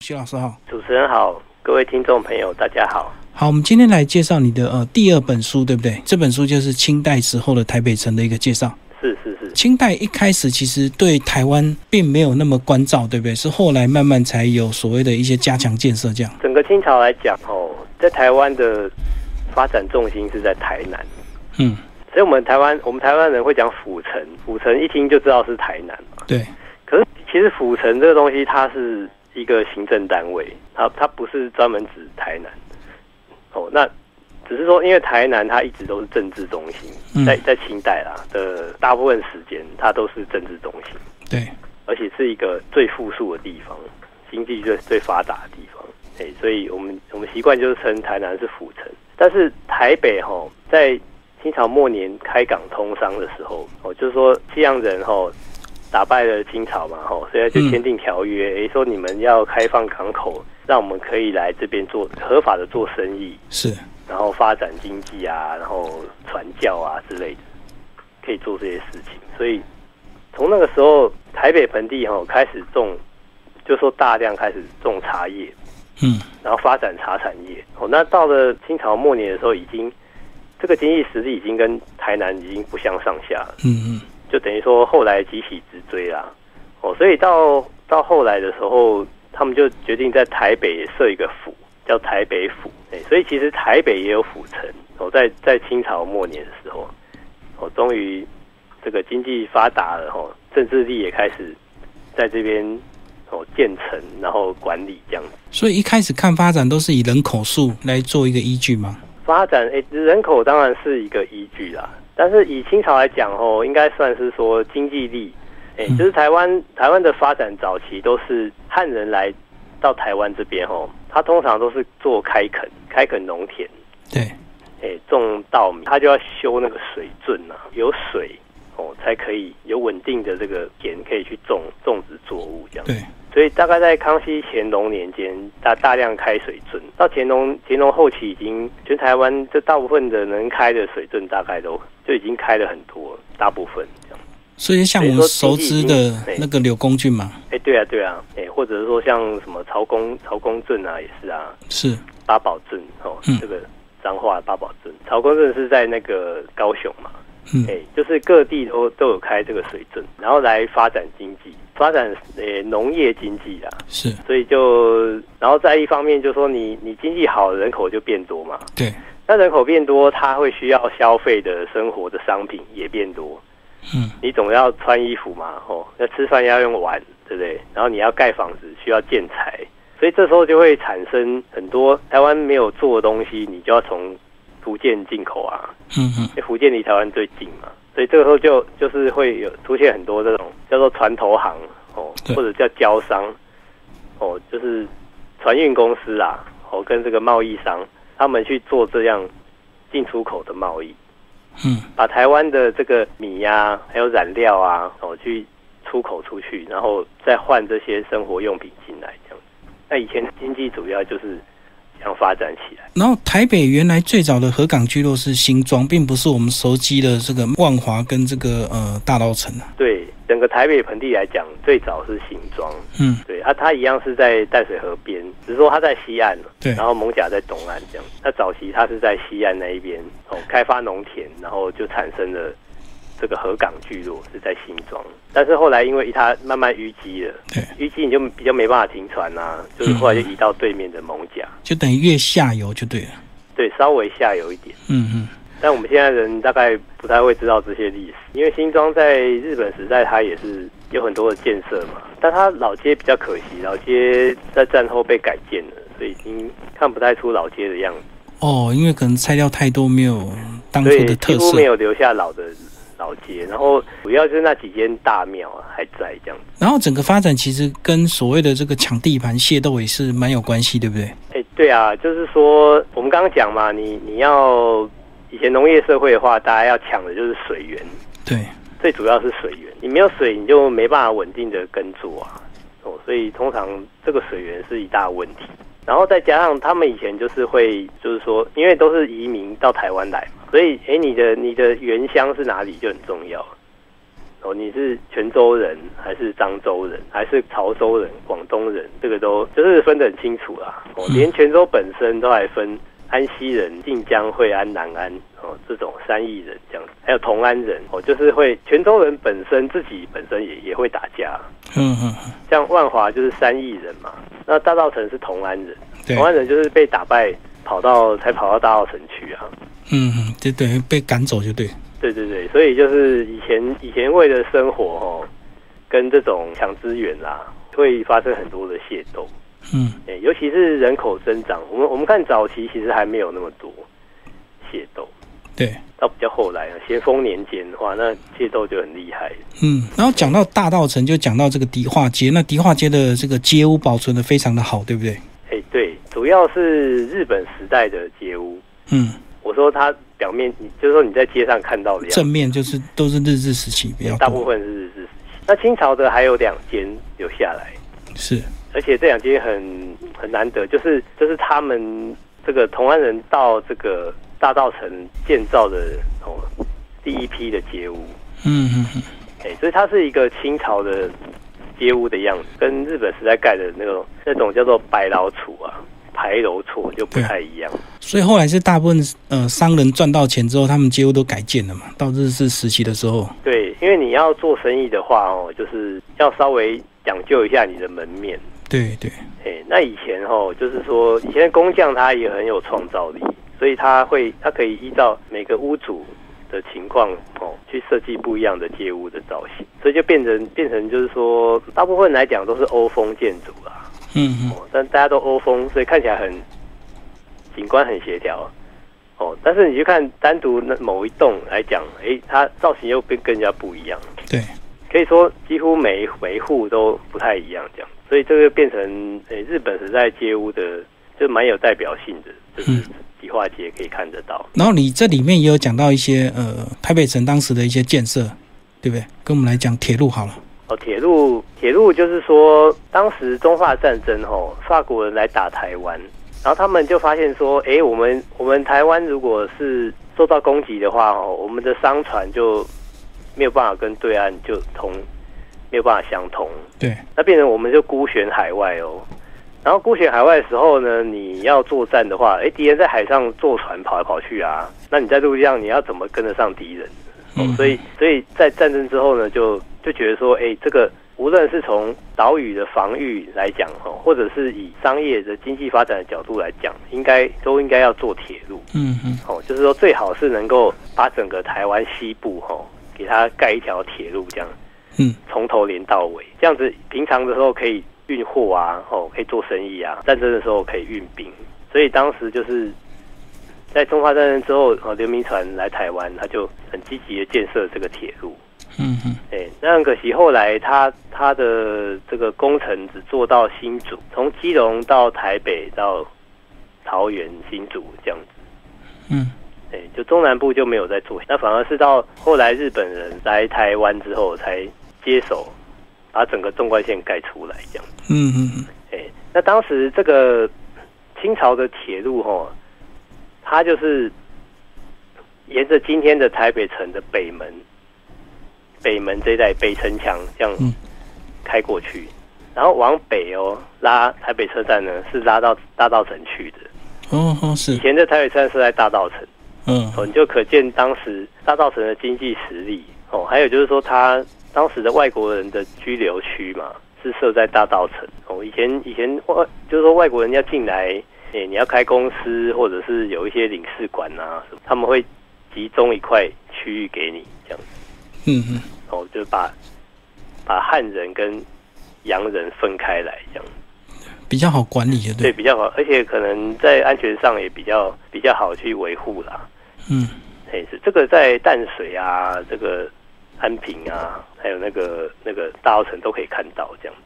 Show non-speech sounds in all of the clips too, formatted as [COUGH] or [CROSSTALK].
徐老师好。主持人好，各位听众朋友，大家好。好，我们今天来介绍你的呃第二本书，对不对？这本书就是清代时候的台北城的一个介绍。是是是，清代一开始其实对台湾并没有那么关照，对不对？是后来慢慢才有所谓的一些加强建设这样。整个清朝来讲哦，在台湾的发展重心是在台南，嗯，所以我们台湾我们台湾人会讲府城，府城一听就知道是台南嘛。对，可是其实府城这个东西，它是一个行政单位，它它不是专门指台南。哦，那只是说，因为台南它一直都是政治中心，嗯在在清代啦的大部分时间，它都是政治中心，对，而且是一个最富庶的地方，经济最最发达的地方。哎，所以我们我们习惯就是称台南是府城，但是台北哈、在清朝末年开港通商的时候，哦，就是说西洋人哈、打败了清朝嘛，吼，所以就签订条约，诶、说你们要开放港口，让我们可以来这边做合法的做生意，是，然后发展经济啊，然后传教啊之类的，可以做这些事情。所以从那个时候，台北盆地哈、开始种，就说大量开始种茶叶，嗯，然后发展茶产业。哦，那到了清朝末年的时候，已经这个经济实力已经跟台南已经不相上下了。嗯嗯，就等于说后来急起直追啦。哦，所以到到后来的时候，他们就决定在台北设一个府，叫台北府。哎，所以其实台北也有府城。哦，在在清朝末年的时候，哦，终于这个经济发达了，哦，政治力也开始在这边哦建成，然后管理这样子。所以一开始看发展都是以人口数来做一个依据嘛。发展诶、人口当然是一个依据啦，但是以清朝来讲哦，应该算是说经济力，诶、嗯就是台湾台湾的发展早期都是汉人来到台湾这边哦，他通常都是做开垦，开垦农田，对，诶、种稻米，他就要修那个水圳啊，有水哦才可以有稳定的这个田可以去种种植作物这样。对，所以大概在康熙、乾隆年间，大大量开水圳，到乾隆乾隆后期，已经全台湾这大部分的能开的水圳，大概都就已经开了很多了，大部分这样。所以像我们熟知的那个柳公郡嘛，哎，对啊，对啊，哎，或者是说像什么曹公曹公圳啊，也是啊，是，八宝镇哦，嗯这个彰化八宝镇，曹公镇是在那个高雄嘛，嗯，哎，就是各地都都有开这个水圳，然后来发展经济，发展诶农业经济啊，是所以就，然后在一方面就说你你经济好，人口就变多嘛。对，那人口变多，他会需要消费的生活的商品也变多。嗯，你总要穿衣服嘛，哦，那吃饭要用碗，对不对？然后你要盖房子，需要建材，所以这时候就会产生很多台湾没有做的东西，你就要从福建进口啊，嗯嗯因为福建离台湾最近嘛，所以这个时候就就是会有出现很多这种叫做船头行哦，对或者叫交商哦，就是船运公司啊，哦跟这个贸易商他们去做这样进出口的贸易，嗯，把台湾的这个米呀、还有染料啊，哦去出口出去，然后再换这些生活用品进来这样。那以前经济主要就是这样发展起来。然后台北原来最早的河港聚落是新庄，并不是我们熟悉的这个万华跟这个呃大稻城啊。对整个台北盆地来讲，最早是新庄，嗯，对，啊，它一样是在淡水河边，只是说它在西岸，对然后蒙甲在东岸这样。那早期它是在西岸那一边哦，开发农田，然后就产生了这个河港聚落是在新庄，但是后来因为它慢慢淤积了，对，淤积你就比较没办法停船啊，就是后来就移到对面的蒙甲，就等于越下游就对了。对，稍微下游一点。嗯嗯，但我们现在人大概不太会知道这些历史，因为新庄在日本时代它也是有很多的建设嘛，但它老街比较可惜，老街在战后被改建了，所以已经看不太出老街的样子，哦，因为可能拆掉太多，没有当初所以的几嗯特乎没色。有留下老的老街。然后主要就是那几间大庙啊还在这样子。然后整个发展其实跟所谓的这个抢地盘械斗也是蛮有关系，对不对？哎，对啊，就是说我们刚刚讲嘛，你你要以前农业社会的话，大家要抢的就是水源，对，最主要是水源，你没有水，你就没办法稳定的耕作啊。哦，所以通常这个水源是一大问题。然后再加上他们以前就是会，就是说，因为都是移民到台湾来嘛，所以诶，你的你的原乡是哪里就很重要。哦，你是泉州人还是漳州人还是潮州人、广东人，这个都就是分得很清楚啦。哦，连泉州本身都还分安溪人、晋江、惠安、南安哦这种三邑人这样子，还有同安人哦，就是会泉州人本身自己本身也也会打架，嗯嗯，嗯像万华就是三邑人嘛，那大稻城是同安人，对同，安人就是被打败跑到才跑到大稻城去啊。嗯嗯，就等于被赶走就对，对对对，所以就是以前以前为了生活哦，跟这种抢资源啦、会发生很多的械斗。嗯哎，尤其是人口增长，我们我们看早期其实还没有那么多械斗，对。到比较后来啊，咸丰年间的话，那械斗就很厉害。嗯，然后讲到大道城，就讲到这个迪化街。那迪化街的这个街屋保存的非常的好，对不对？哎，对，主要是日本时代的街屋。嗯，我说它表面，你就是说你在街上看到的样子正面就是都是日治时期比较多，大部分是日治时期。那清朝的还有两间留下来。是而且这两间很很难得，就是就是他们这个同安人到这个大道城建造的哦第一批的街屋，嗯嗯嗯哎，所以它是一个清朝的街屋的样子，跟日本时代盖的那种那种叫做白老厝啊、牌楼厝就不太一样。所以后来是大部分呃商人赚到钱之后，他们街屋都改建了嘛。到日治时期的时候，对，因为你要做生意的话哦，就是要稍微讲究一下你的门面。对对，哎，那以前哦，就是说以前的工匠他也很有创造力，所以他会他可以依照每个屋主的情况哦，去设计不一样的街屋的造型，所以就变成变成就是说，大部分来讲都是欧风建筑啦，嗯嗯哦，但大家都欧风，所以看起来很景观很协调。哦，但是你去看单独那某一栋来讲，哎，它造型又跟跟人家不一样。对，可以说几乎每一每一户都不太一样这样，所以这个变成诶、日本时代街屋的就蛮有代表性的，就是迪化街可以看得到。嗯然后你这里面也有讲到一些呃台北城当时的一些建设，对不对？跟我们来讲铁路好了，哦，铁路铁路就是说，当时中法战争吼、法国人来打台湾，然后他们就发现说，诶，我们我们台湾如果是受到攻击的话哦，我们的商船就没有办法跟对岸就通，没有办法相通。对，那变成我们就孤悬海外哦。然后孤悬海外的时候呢，你要作战的话，诶，敌人在海上坐船跑来跑去啊，那你在路上你要怎么跟得上敌人？哦嗯，所以所以在战争之后呢，就就觉得说，诶，这个无论是从岛屿的防御来讲哦，或者是以商业的经济发展的角度来讲，应该都应该要做铁路嗯嗯哦，就是说最好是能够把整个台湾西部哦，给它盖一条铁路这样。嗯，从头连到尾，这样子平常的时候可以运货啊，哦，可以做生意啊，战争的时候可以运兵，所以当时就是在中华战争之后，哦，刘铭传来台湾，他就很积极的建设这个铁路。嗯嗯，哎，那很可惜，后来他他的这个工程只做到新竹，从基隆到台北到桃园、新竹这样子。嗯哎，就中南部就没有在做，那反而是到后来日本人来台湾之后才接手，把整个纵贯线盖出来这样。嗯嗯嗯，哎，那当时这个清朝的铁路哈、哦，它就是沿着今天的台北城的北门，北门这一带北城墙这样嗯开过去，然后往北哦拉台北车站呢是拉到大道城去的。哦哦是以，前的台北车站是在大道城。嗯哦，你就可见当时大稻城的经济实力哦，还有就是说它当时的外国人的居留区嘛，是设在大稻城哦。以前以前外就是说外国人要进来，诶、你要开公司或者是有一些领事馆啊什么，他们会集中一块区域给你这样，嗯嗯，哦，就把把汉人跟洋人分开来这样，比较好管理的，对对，比较好，而且可能在安全上也比较比较好去维护啦。嗯哎，是这个在淡水啊，这个安平啊，还有那个那个大澳城都可以看到这样。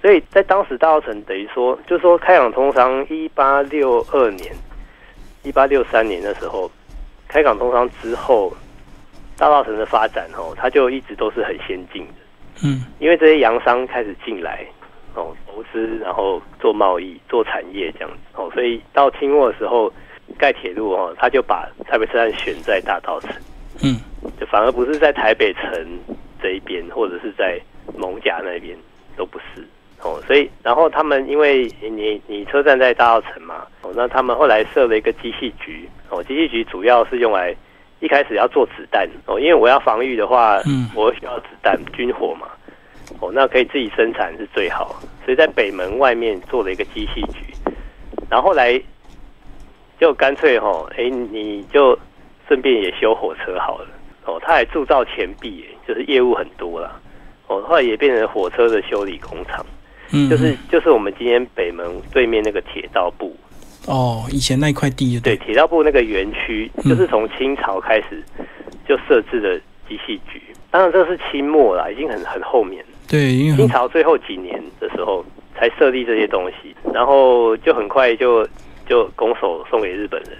所以在当时大澳城等于说，就是说开港通商一八六二年、一八六三年的时候，开港通商之后，大澳城的发展哦，它就一直都是很先进的，嗯因为这些洋商开始进来。哦，投资，然后做贸易、做产业这样子哦，所以到清末的时候盖铁路哦，他就把台北车站选在大稻城。嗯就反而不是在台北城这一边，或者是在蒙甲那边，都不是。哦，所以然后他们因为你你车站在大澳城嘛，哦，那他们后来设了一个机器局，哦，机器局主要是用来一开始要做子弹，哦，因为我要防御的话，嗯我需要子弹军火嘛，哦，那可以自己生产是最好，所以在北门外面做了一个机器局，然后后来就干脆哈、哦，哎，你就顺便也修火车好了，哦，他还铸造钱币，就是业务很多啦，哦，后来也变成火车的修理工厂。嗯，就是就是我们今天北门对面那个铁道部，哦，以前那块地就对，铁道部那个园区，嗯就是从清朝开始就设置的机器局。当然这是清末啦，已经很很后面，对，因为清很朝最后几年的时候才设立这些东西，然后就很快就就拱手送给日本人。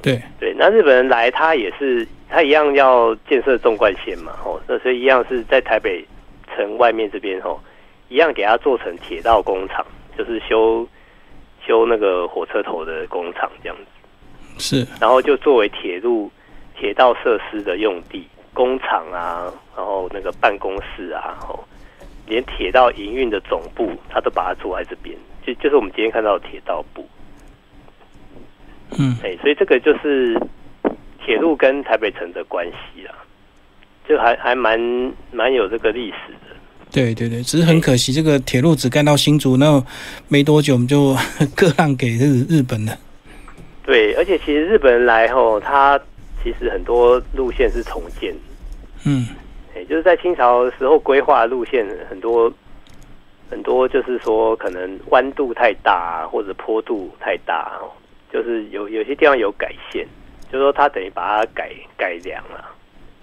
对，对，那日本人来，他也是他一样要建设纵贯线嘛，哦，那所以一样是在台北城外面这边哦，一样给他做成铁道工厂，就是修修那个火车头的工厂这样子，是，然后就作为铁路铁道设施的用地、工厂啊，然后那个办公室啊，哦，连铁道营运的总部，他都把它做在这边，就就是我们今天看到的铁道部。嗯，哎、所以这个就是铁路跟台北城的关系啦，就还还蛮蛮有这个历史的。对对对，只是很可惜，这个铁路只干到新竹，那没多久我们就 [LAUGHS] 割让给日日本了。对，而且其实日本人来后，他其实很多路线是重建，嗯，哎、就是在清朝的时候规划的路线很多。很多就是说，可能弯度太大、啊，或者坡度太大、啊，就是有有些地方有改线，就是说他等于把它改改良了、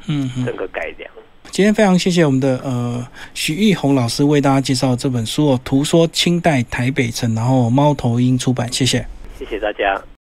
嗯嗯，整个改良。今天非常谢谢我们的呃许玉红老师为大家介绍这本书哦，《图说清代台北城》，然后猫头鹰出版，谢谢。谢谢大家。